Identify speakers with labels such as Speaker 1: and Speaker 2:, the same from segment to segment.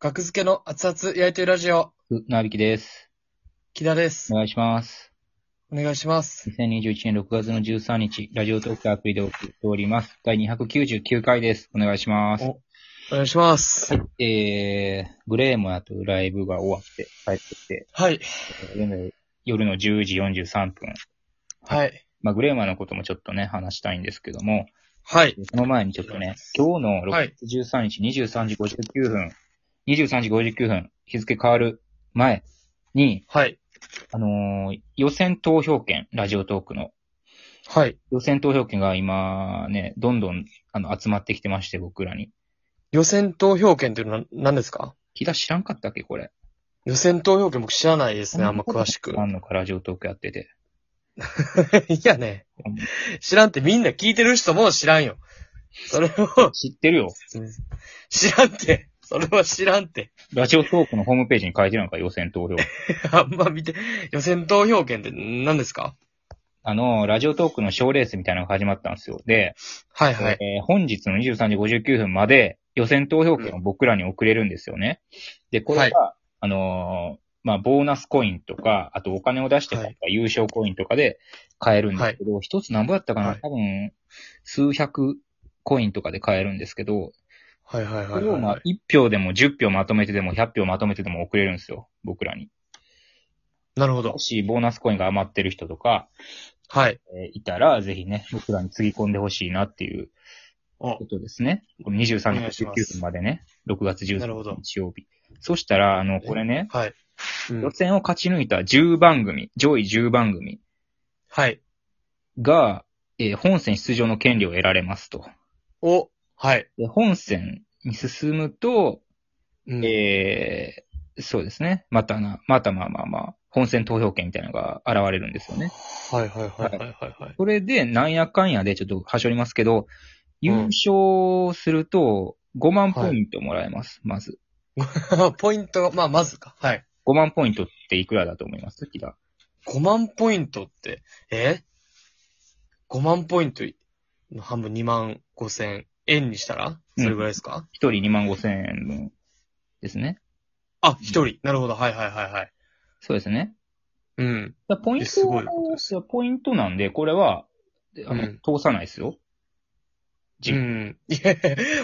Speaker 1: 学付けの熱々焼いてるラジオ、
Speaker 2: ふなびきです。
Speaker 1: 木田です
Speaker 2: お。願いします。
Speaker 1: お願いします。
Speaker 2: 2021年6月の13日、ラジオトークアプリでお送りしております。第299回です。お願いします。
Speaker 1: お願いします。
Speaker 2: えー、グレーモアとライブが終わって帰ってきて、
Speaker 1: はい。
Speaker 2: えー夜の10時43分。
Speaker 1: はい。
Speaker 2: まあ、グレーモアのこともちょっとね、話したいんですけども、
Speaker 1: はい。
Speaker 2: その前にちょっとね、今日の6月13日、23時59分、23時59分、日付変わる前に、
Speaker 1: はい。
Speaker 2: あのー予選投票権、ラジオトークの、
Speaker 1: はい。
Speaker 2: 予選投票権が今ね、どんどんあの集まってきてまして、僕らに。
Speaker 1: 予選投票権っていうのは何ですか
Speaker 2: 木田知らんかったっけ、これ。
Speaker 1: 予選投票権僕知らないですね、あんま詳しく
Speaker 2: あ。んのか、ラジオトークやってて。
Speaker 1: いやね。知らんってみんな聞いてる人も知らんよ。それを
Speaker 2: 知ってるよ。
Speaker 1: 知らんって。それは知らんって。
Speaker 2: ラジオトークのホームページに書いてるのか、予選投票。
Speaker 1: あんま見て、予選投票権って何ですか
Speaker 2: あの、ラジオトークの賞レースみたいなのが始まったんですよ。で、
Speaker 1: はいはい。
Speaker 2: えー本日の23時59分まで予選投票権を僕らに送れるんですよね。で、これが、あのーまあ、ボーナスコインとか、あとお金を出して買った優勝コインとかで買えるんですけど、一、つなんぼやったかな、
Speaker 1: はい
Speaker 2: 多分、数百コインとかで買えるんですけど、
Speaker 1: はいはい
Speaker 2: こ
Speaker 1: はい
Speaker 2: れを
Speaker 1: はい
Speaker 2: まあ
Speaker 1: はい。
Speaker 2: 1票でも10票まとめてでも100票まとめてでも送れるんですよ、僕らに。
Speaker 1: なるほど
Speaker 2: も。し、ボーナスコインが余ってる人とか、
Speaker 1: はい。
Speaker 2: えーいたら、ぜひね、僕らにつぎ込んでほしいなっていう
Speaker 1: お
Speaker 2: こ、とですね。この23
Speaker 1: お願い
Speaker 2: 日
Speaker 1: し
Speaker 2: 19
Speaker 1: ます
Speaker 2: 分までね、6月
Speaker 1: なるほ
Speaker 2: 13
Speaker 1: ど
Speaker 2: 日日曜日。そしたら、あの、
Speaker 1: え
Speaker 2: これね、
Speaker 1: はい。うん
Speaker 2: 予選を勝ち抜いた10番組、上位10番組
Speaker 1: はい。
Speaker 2: が、えー本戦出場の権利を得られますと。
Speaker 1: お、はい。
Speaker 2: で本戦に進むと、
Speaker 1: うん
Speaker 2: えーそうですね。またな、またまあまあまあ、本戦投票権みたいなのが現れるんですよね。
Speaker 1: はいはいはいはいはいはい。
Speaker 2: それで、なんやかんやで、ちょっと端折りますけど、優勝すると5万ポイントもらえます、まず。
Speaker 1: ポイントが、まあ、まずか。はい。
Speaker 2: 5万ポイントっていくらだと思いますキラ。
Speaker 1: 5万ポイントって、え ?5 万ポイントの半分2万5千円にしたら
Speaker 2: うん
Speaker 1: それぐらいですか、
Speaker 2: 一人2万5千円分ですね。
Speaker 1: あ、1人。なるほど。はいはいはいはい。
Speaker 2: そうですね。
Speaker 1: うん。
Speaker 2: だからポイン
Speaker 1: えす
Speaker 2: ト
Speaker 1: ご
Speaker 2: はい
Speaker 1: ことです
Speaker 2: や、ポイントなんで、これは、あの、
Speaker 1: うん
Speaker 2: 通さないですよ。
Speaker 1: う
Speaker 2: じ
Speaker 1: ん。いや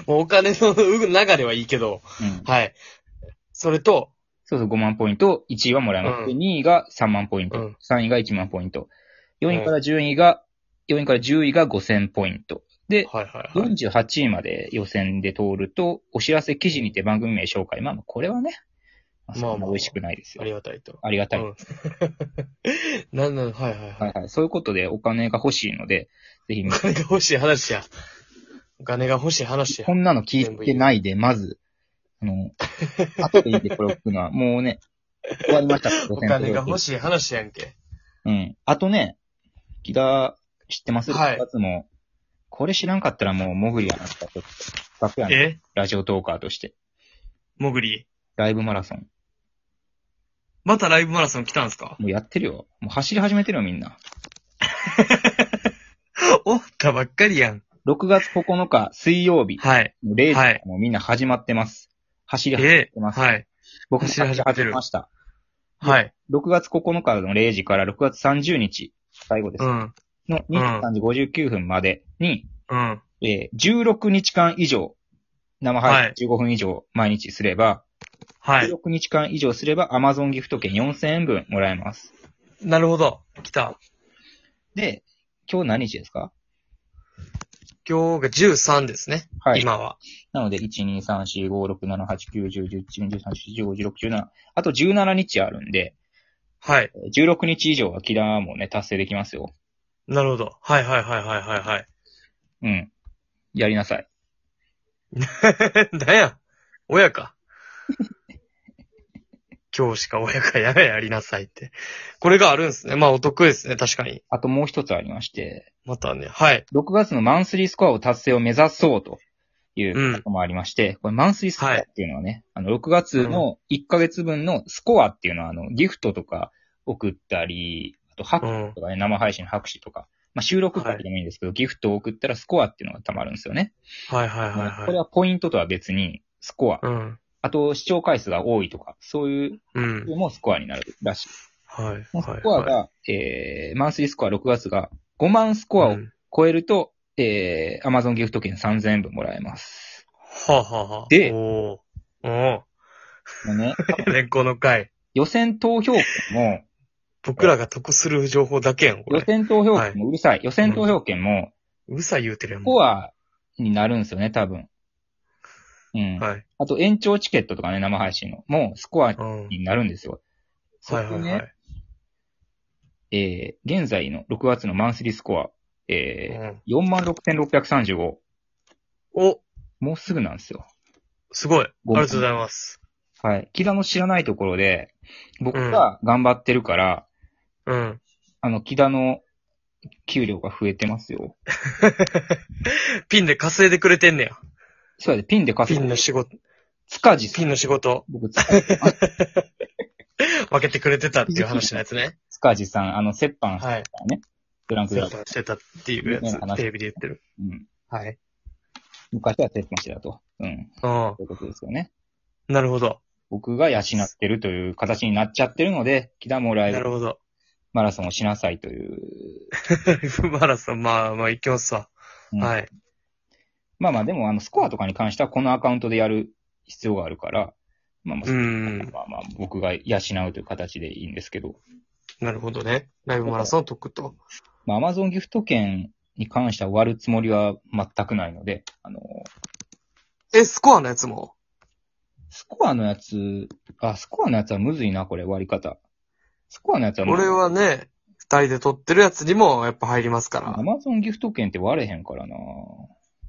Speaker 1: もうお金の流れはいいけど。
Speaker 2: うん
Speaker 1: はい。それと、
Speaker 2: そうそう、5万ポイント、1位はもらえます。
Speaker 1: うん
Speaker 2: で2位が3万ポイン
Speaker 1: う
Speaker 2: ト
Speaker 1: ん、
Speaker 2: 3位が1万ポイント、4
Speaker 1: うん
Speaker 2: 位から10位が、4位から10位が5000ポイント。で、
Speaker 1: はいはいはい。
Speaker 2: 48位まで予選で通ると、お知らせ記事にて番組名紹介。まあ、これはね、まあ、
Speaker 1: まあまあ
Speaker 2: そんな美味しくないです
Speaker 1: あ
Speaker 2: よ。
Speaker 1: りがたいと。
Speaker 2: ありがたい。
Speaker 1: うん。 なんなの、はいはいはい。
Speaker 2: はいはい。そういうことでお金が欲しいので、ぜひ
Speaker 1: お、金が欲しい話や。お金が欲しい話や
Speaker 2: こ。んなの聞いてないで、まず、あの、後でいいでこれを聞くのは、 もうね、終わりました。
Speaker 1: お金が欲
Speaker 2: しい。
Speaker 1: しい話やんけ。
Speaker 2: うん。あとね、木田、知ってます
Speaker 1: はい
Speaker 2: 二つも、これ知らんかったらもう、モグリやなった。ちょっと、バックやな
Speaker 1: え
Speaker 2: ラジオトーカーとして。
Speaker 1: もぐり。
Speaker 2: ライブマラソン。
Speaker 1: またライブマラソン来たんすか
Speaker 2: もうやってるよ。もう走り始めてるよ、みんな。
Speaker 1: 終わったばっかりやん。
Speaker 2: 6月9日、水曜日、
Speaker 1: はい。
Speaker 2: もう0時
Speaker 1: は
Speaker 2: か
Speaker 1: い
Speaker 2: らもうみんな始まってます。走り始め
Speaker 1: え
Speaker 2: てます。
Speaker 1: はい。
Speaker 2: 僕も
Speaker 1: 走り始めてる
Speaker 2: 走りました。
Speaker 1: はい。
Speaker 2: 6月9日の0時から6月30日、最後です
Speaker 1: う。ん。
Speaker 2: の23時59分までに、
Speaker 1: うん。
Speaker 2: えー16日間以上、生配信15分以上毎日すれば、
Speaker 1: はい。
Speaker 2: 16日間以上すれば Amazon ギフト券4000円分もらえます。
Speaker 1: なるほど。来た。
Speaker 2: で、今日何日ですか
Speaker 1: 今日が13ですね。
Speaker 2: はい。
Speaker 1: 今は。
Speaker 2: なので、1、2、3、4、5、6、7、8、9、10、11、12、13、14、15、16、17。あと17日あるんで、
Speaker 1: はい。
Speaker 2: えー16日以上はキラーもね、達成できますよ。
Speaker 1: なるほど。はいはいはいはいはいはい。
Speaker 2: うん。やりなさい。
Speaker 1: だや。親か。 今日しか親かやれやりなさいって。これがあるんですね。まあお得ですね。確かに。
Speaker 2: あともう一つありまして、
Speaker 1: またね。はい。
Speaker 2: 6月のマンスリースコアを達成を目指そうとい
Speaker 1: うん
Speaker 2: うこともありまして、これマンスリースコアっていうのはね、あの、6月の1ヶ月分のスコアっていうのは、あの、ギフトとか送ったり、あと、
Speaker 1: う
Speaker 2: 拍手
Speaker 1: ん。
Speaker 2: とかね、生配信の拍手とか、まあ、収録会でもいいんですけど、ギフトを送ったらスコアっていうのが溜まるんですよね。
Speaker 1: はいはいはいは
Speaker 2: これ
Speaker 1: い。
Speaker 2: はポイントとは別に、スコア、
Speaker 1: うん。
Speaker 2: あと視聴回数が多いとか、そういう
Speaker 1: うん。
Speaker 2: のもスコアになるらしい。
Speaker 1: はい。
Speaker 2: その
Speaker 1: はい
Speaker 2: スコアが、
Speaker 1: は
Speaker 2: えー、マンスリースコア6月が5万ス
Speaker 1: い
Speaker 2: コア
Speaker 1: う
Speaker 2: を
Speaker 1: ん
Speaker 2: 超えると、えー、Amazon ギフト券3000円分もらえます。
Speaker 1: はあはあはあ。
Speaker 2: で
Speaker 1: おーお
Speaker 2: もう ね、
Speaker 1: ー。ね、この回。
Speaker 2: 予選投票券も、
Speaker 1: 僕らが得する情報だけやん、こ
Speaker 2: 予
Speaker 1: れ。
Speaker 2: 選投票券もうるさい。予選投票券も、
Speaker 1: うさ言うてるやん。
Speaker 2: ス
Speaker 1: もう
Speaker 2: コアになるんですよね、多分。うん。
Speaker 1: はい。
Speaker 2: あと延長チケットとかね、生配信の。もうスコア
Speaker 1: うん。
Speaker 2: になるんですよ。そ
Speaker 1: は
Speaker 2: こ
Speaker 1: い
Speaker 2: で
Speaker 1: はい
Speaker 2: ね、
Speaker 1: はい。
Speaker 2: えー、現在の6月のマンスリースコア、え
Speaker 1: うん
Speaker 2: ー、46,635。
Speaker 1: お、
Speaker 2: もうすぐなんですよ。
Speaker 1: すごい。あ
Speaker 2: ご
Speaker 1: り
Speaker 2: めん
Speaker 1: がとうございます。
Speaker 2: はい。木田の知らないところで、僕
Speaker 1: うん
Speaker 2: が頑張ってるから、
Speaker 1: うん。
Speaker 2: あの、木田の給料が増えてますよ。
Speaker 1: ピンで稼いでくれてんねや。
Speaker 2: そうやで、ピンで
Speaker 1: ピ
Speaker 2: 稼
Speaker 1: ン
Speaker 2: ぐ
Speaker 1: の。仕事、
Speaker 2: 塚地さ
Speaker 1: ピ
Speaker 2: ん。
Speaker 1: ンの仕事、
Speaker 2: 僕、塚地さん
Speaker 1: 分けてくれてたっていう話のやつね。
Speaker 2: 塚地さん、あの、折半し
Speaker 1: はい。
Speaker 2: たね。フランク
Speaker 1: セ
Speaker 2: だ
Speaker 1: ッ。トしてたっていうや
Speaker 2: ね話
Speaker 1: つ、テレビで言ってる。
Speaker 2: うん。
Speaker 1: はい。
Speaker 2: 昔は折半してたと。うん。
Speaker 1: う
Speaker 2: そういうことですよね。
Speaker 1: ん。なるほど。
Speaker 2: 僕が養ってるという形になっちゃってるので、木田もライ
Speaker 1: なる
Speaker 2: ブ
Speaker 1: ほど。
Speaker 2: マラソンをしなさいという。
Speaker 1: マラソン、まあまあ、行きますわ。
Speaker 2: うん
Speaker 1: はい。
Speaker 2: まあまあ、でも、あの、スコアとかに関しては、このアカウントでやる必要があるから、まあまあ、
Speaker 1: うん。
Speaker 2: まあまあ、僕が養うという形でいいんですけど、
Speaker 1: なるほどね。ライブマラソンを解くと。
Speaker 2: まあ、Amazon ギフト券に関しては割るつもりは全くないので、あの、
Speaker 1: え、スコアのやつも
Speaker 2: スコアのやつ、あ、スコアのやつはむずいな、これ、割り方。スコアのやつはむずい
Speaker 1: 俺、はね、二人で撮ってるやつにもやっぱ入りますから。
Speaker 2: Amazon ギフト券って割れへんからな
Speaker 1: はい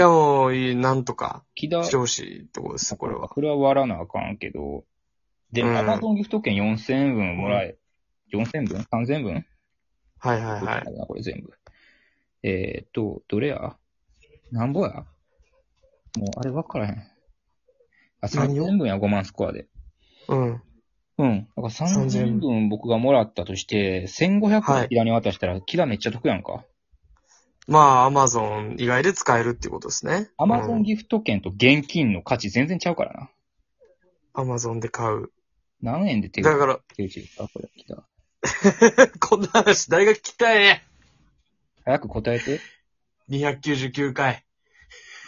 Speaker 1: やもういい、なんとか、
Speaker 2: 木田、
Speaker 1: 上司ってことです、これは。
Speaker 2: これは割らなあかんけど、で、
Speaker 1: うん
Speaker 2: Amazon ギフト券4000円分もらえ、4000分 ?3000 分
Speaker 1: はいはいは
Speaker 2: あ
Speaker 1: い。
Speaker 2: れな、これ全部。えーっと、どれやなんぼやもう、あれ分からへん。あ、
Speaker 1: 何を
Speaker 2: 3000分や、5万スコアで。
Speaker 1: うん。
Speaker 2: うん。だから
Speaker 1: 3000
Speaker 2: 3000分僕がもらったとして、1500
Speaker 1: は
Speaker 2: 円
Speaker 1: い
Speaker 2: キラに渡したら、キラめっちゃ得やんか。
Speaker 1: まあ、アマゾン以外で使えるっていうことですね。
Speaker 2: アマゾ
Speaker 1: う
Speaker 2: ン
Speaker 1: ん
Speaker 2: ギフト券と現金の価値全然ちゃうから
Speaker 1: アマゾンで買う。
Speaker 2: な。何円で手
Speaker 1: だ
Speaker 2: 打
Speaker 1: から、
Speaker 2: 手打ちですかこれ、キラ。
Speaker 1: こんな話誰が聞きたいね
Speaker 2: 早く答えて。
Speaker 1: !299 回。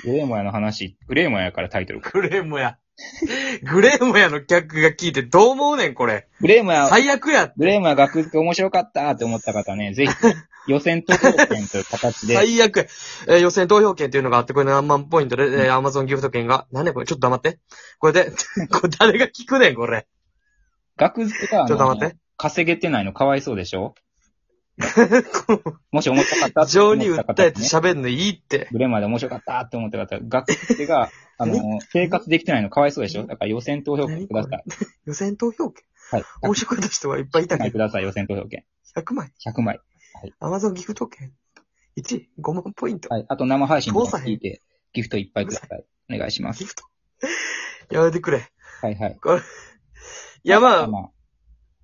Speaker 2: グレーモヤの話、グレーモヤからタイトル。
Speaker 1: グレーモヤ。グレーモヤの客が聞いてどう思うねん、これ。
Speaker 2: グレーモヤ、
Speaker 1: 最悪や。
Speaker 2: グレーモヤ学付け面白かったって思った方 ね、ぜひ、予選投票券という形で、
Speaker 1: 最悪や。えー予選投票券っていうのがあって、これ何万ポイントで、えー Amazon ギフト券が、なんねこれ、ちょっと黙って。これで、 これ誰が聞くねん、これ。
Speaker 2: 額付けが、あ
Speaker 1: ちょっと
Speaker 2: の
Speaker 1: 待って
Speaker 2: 稼げてないのかわいそうで しょもし思ったかったって
Speaker 1: 情
Speaker 2: 思っ
Speaker 1: に
Speaker 2: た
Speaker 1: 訴
Speaker 2: 方、
Speaker 1: え
Speaker 2: ね
Speaker 1: て、喋んのいいって。
Speaker 2: ブレマで面白かったって思った方、額付 けが、あの、生活できてないのかわいそうでしょだから予選投票券ください。
Speaker 1: 予選投票券
Speaker 2: はい。
Speaker 1: 面白かった人がいっぱいいた
Speaker 2: 100
Speaker 1: け
Speaker 2: 枚
Speaker 1: ど、
Speaker 2: ください、予選投票券。
Speaker 1: 100枚。
Speaker 2: 100枚。
Speaker 1: Amazon ギフト券。1、5万ポイント。
Speaker 2: はい。あと生配信とか聞いて、ギフトいっぱいください。お願いしま
Speaker 1: ギ
Speaker 2: す。
Speaker 1: フト。やめてくれ。
Speaker 2: はいはい。
Speaker 1: いや、まあ、
Speaker 2: まあ、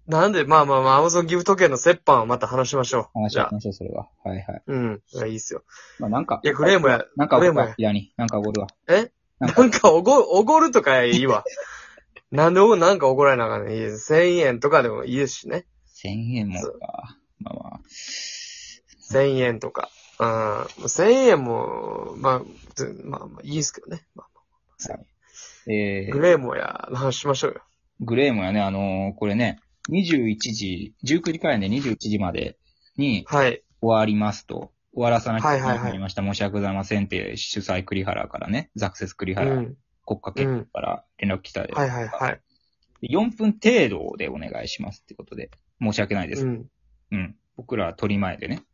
Speaker 1: なんで、まあまあまあ、アマゾンギフト券の折半はまた話しましょう。
Speaker 2: 話し
Speaker 1: じゃあ
Speaker 2: ましょう、それは。はいはい。
Speaker 1: うん。いやいいっすよ。
Speaker 2: まあなんか
Speaker 1: い、や、グレームや、
Speaker 2: なんかお
Speaker 1: 俺
Speaker 2: る
Speaker 1: も
Speaker 2: わ
Speaker 1: や、
Speaker 2: キラに。なんかおごるわ。
Speaker 1: え
Speaker 2: なん
Speaker 1: な
Speaker 2: か
Speaker 1: ん、かおご、おごるとかいいわ。 なんでお、なんかおごらなあかんねん。いい1000円とかでもいいですしね。
Speaker 2: 1000円もか。まあまあ。
Speaker 1: 1000円とか。うん。1000円も、まあ、ずまあまあ、いいっすけどね。まあ
Speaker 2: えー
Speaker 1: グ、レームや、話しましょうよ。
Speaker 2: グレーもやね、あのーこれね、21時、19時からね、21時までに
Speaker 1: はい。
Speaker 2: 終わりますと。終わらさなきゃいけな
Speaker 1: はいは
Speaker 2: く
Speaker 1: いは
Speaker 2: ないりました。申し訳ございませんって、主催栗原からね、ザクセス栗
Speaker 1: う
Speaker 2: 原、
Speaker 1: ん。
Speaker 2: 国家結構から連絡来たで、
Speaker 1: はいはいはい。
Speaker 2: 4分程度でお願いしますってことで、申し訳ないです。
Speaker 1: う
Speaker 2: うん。
Speaker 1: ん。
Speaker 2: 僕らは取り前でね。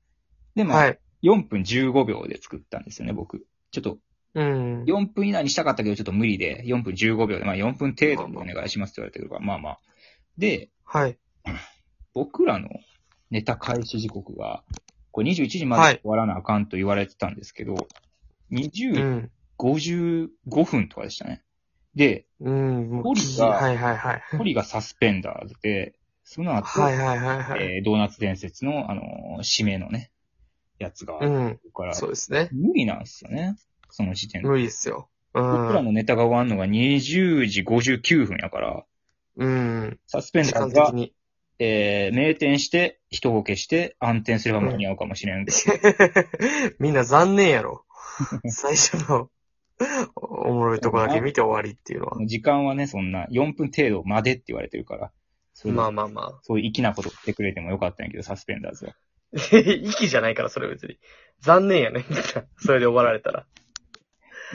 Speaker 2: で、まあ、
Speaker 1: はい。
Speaker 2: 4分15秒で作ったんですよね、僕。ちょっと、
Speaker 1: うん。
Speaker 2: 4分以内にしたかったけど、ちょっと無理で、4分15秒で、まあ4分程度でお願いしますって言われてるから、まあまあ。で、
Speaker 1: はい。
Speaker 2: 僕らのネタ開始時刻が、これ21時ま
Speaker 1: はい
Speaker 2: で終わらなあかんと言われてたんですけど、
Speaker 1: う
Speaker 2: 20、
Speaker 1: ん。
Speaker 2: 55分とかでしたね。で、
Speaker 1: うん。もう
Speaker 2: ゴリが
Speaker 1: はいはいはい。
Speaker 2: トリがサスペンダーズで、その後、
Speaker 1: はいはいはいはい。
Speaker 2: えードーナツ伝説の、あのー締めのね、やつがあ
Speaker 1: う
Speaker 2: る
Speaker 1: ん。
Speaker 2: から、
Speaker 1: そうですね。
Speaker 2: 無理なんですよね。その時点で。
Speaker 1: 無理っすよ。う
Speaker 2: 僕ら
Speaker 1: ん。
Speaker 2: のネタが終わるのが20時59分やから、
Speaker 1: うん。
Speaker 2: サスペン
Speaker 1: 時
Speaker 2: ダー
Speaker 1: 間
Speaker 2: ズ
Speaker 1: 的
Speaker 2: が、
Speaker 1: に。
Speaker 2: えー、名店して、人を消して、暗転すれば間に合うかもしれんけど。
Speaker 1: みんな残念やろ。最初のおもろいとこだけ見て終わりっていうのは。
Speaker 2: 時間はね、そんな4分程度までって言われてるから、そういう、
Speaker 1: まあまあま
Speaker 2: そういう粋なこと言ってくれてもよかったんやけど、サスペンダーズは。
Speaker 1: あ。 息じゃないから、それ別に。残念やね。み んなそれで終わられたら。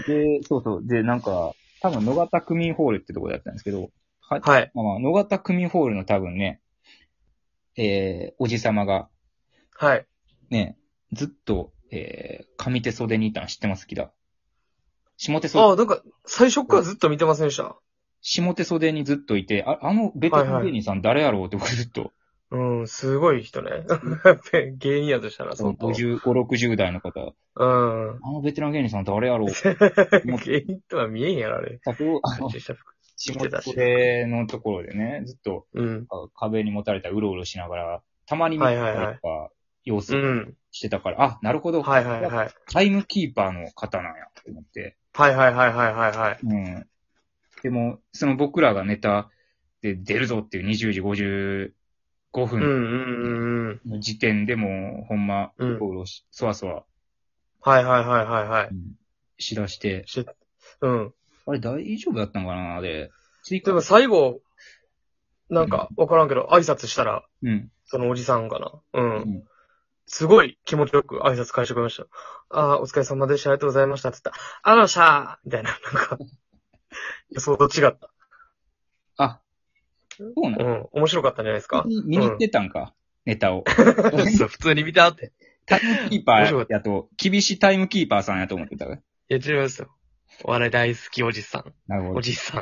Speaker 2: で、そうそう。で、なんか、多分野方区民ホールってとこだったんですけど、は
Speaker 1: はい。
Speaker 2: まあまあ、野方区民ホールの多分ね、えー、おじさまが、
Speaker 1: はい。
Speaker 2: ね、ずっと、えー、上手袖にいたの知ってます、木田。下手袖、
Speaker 1: ああ、なんか、最初からずっと見てませんでした。
Speaker 2: 下手袖にずっといて、ああのベテラン芸人さん誰やろうって僕ずっと、
Speaker 1: うん、すごい人ね。 芸人やとしたら、
Speaker 2: そう
Speaker 1: 相当。
Speaker 2: 55、60代の方、
Speaker 1: うん。
Speaker 2: あのベテラン芸人さん誰や ろうって思っ
Speaker 1: 芸
Speaker 2: て
Speaker 1: 人とは見えへんやろ、あれ。
Speaker 2: たけど、あの、
Speaker 1: 見
Speaker 2: 下
Speaker 1: て
Speaker 2: 手
Speaker 1: たし
Speaker 2: 袖のところでね、ずっと
Speaker 1: うん。
Speaker 2: あ壁に持たれたらうろうろしながら、たまに見
Speaker 1: は
Speaker 2: た
Speaker 1: いはいはい
Speaker 2: りとか、様
Speaker 1: う
Speaker 2: 子
Speaker 1: ん。
Speaker 2: してたから、あ、なるほど、
Speaker 1: はいはいはい。
Speaker 2: タイムキーパーの方なんやと思って。
Speaker 1: はいはいはいはいはいはい。
Speaker 2: うん。でも、その僕らがネタで出るぞっていう20時
Speaker 1: うんう
Speaker 2: 55分
Speaker 1: んうんうん。
Speaker 2: の時点でもう、ほんま、
Speaker 1: うん
Speaker 2: うろうろし、そわそわ
Speaker 1: はいはいはいはいはい。
Speaker 2: しだして、
Speaker 1: しうん。
Speaker 2: あれ大丈夫だったのかなで、追
Speaker 1: で
Speaker 2: 加
Speaker 1: も最後、なんかわからんけど、挨拶したら、
Speaker 2: うん。
Speaker 1: そのおじさんかな。う。
Speaker 2: うんん。
Speaker 1: すごい気持ちよく挨拶返してくれました。ああ、お疲れ様でした。ありがとうございました。って言ったら、あらしゃーみたいな、なんか、 予想と違った。
Speaker 2: あ、そうなん
Speaker 1: う
Speaker 2: だ
Speaker 1: ん。面白かったんじゃないですか。
Speaker 2: 見に行ってたんか、ネ タを。
Speaker 1: そう、普通に見たって。
Speaker 2: タイムキーパーやと、厳しいタイムキーパーさんやと思ってたから。
Speaker 1: いや、違いますよ。お笑い大好きおじさん。
Speaker 2: なるほど
Speaker 1: お。じさん。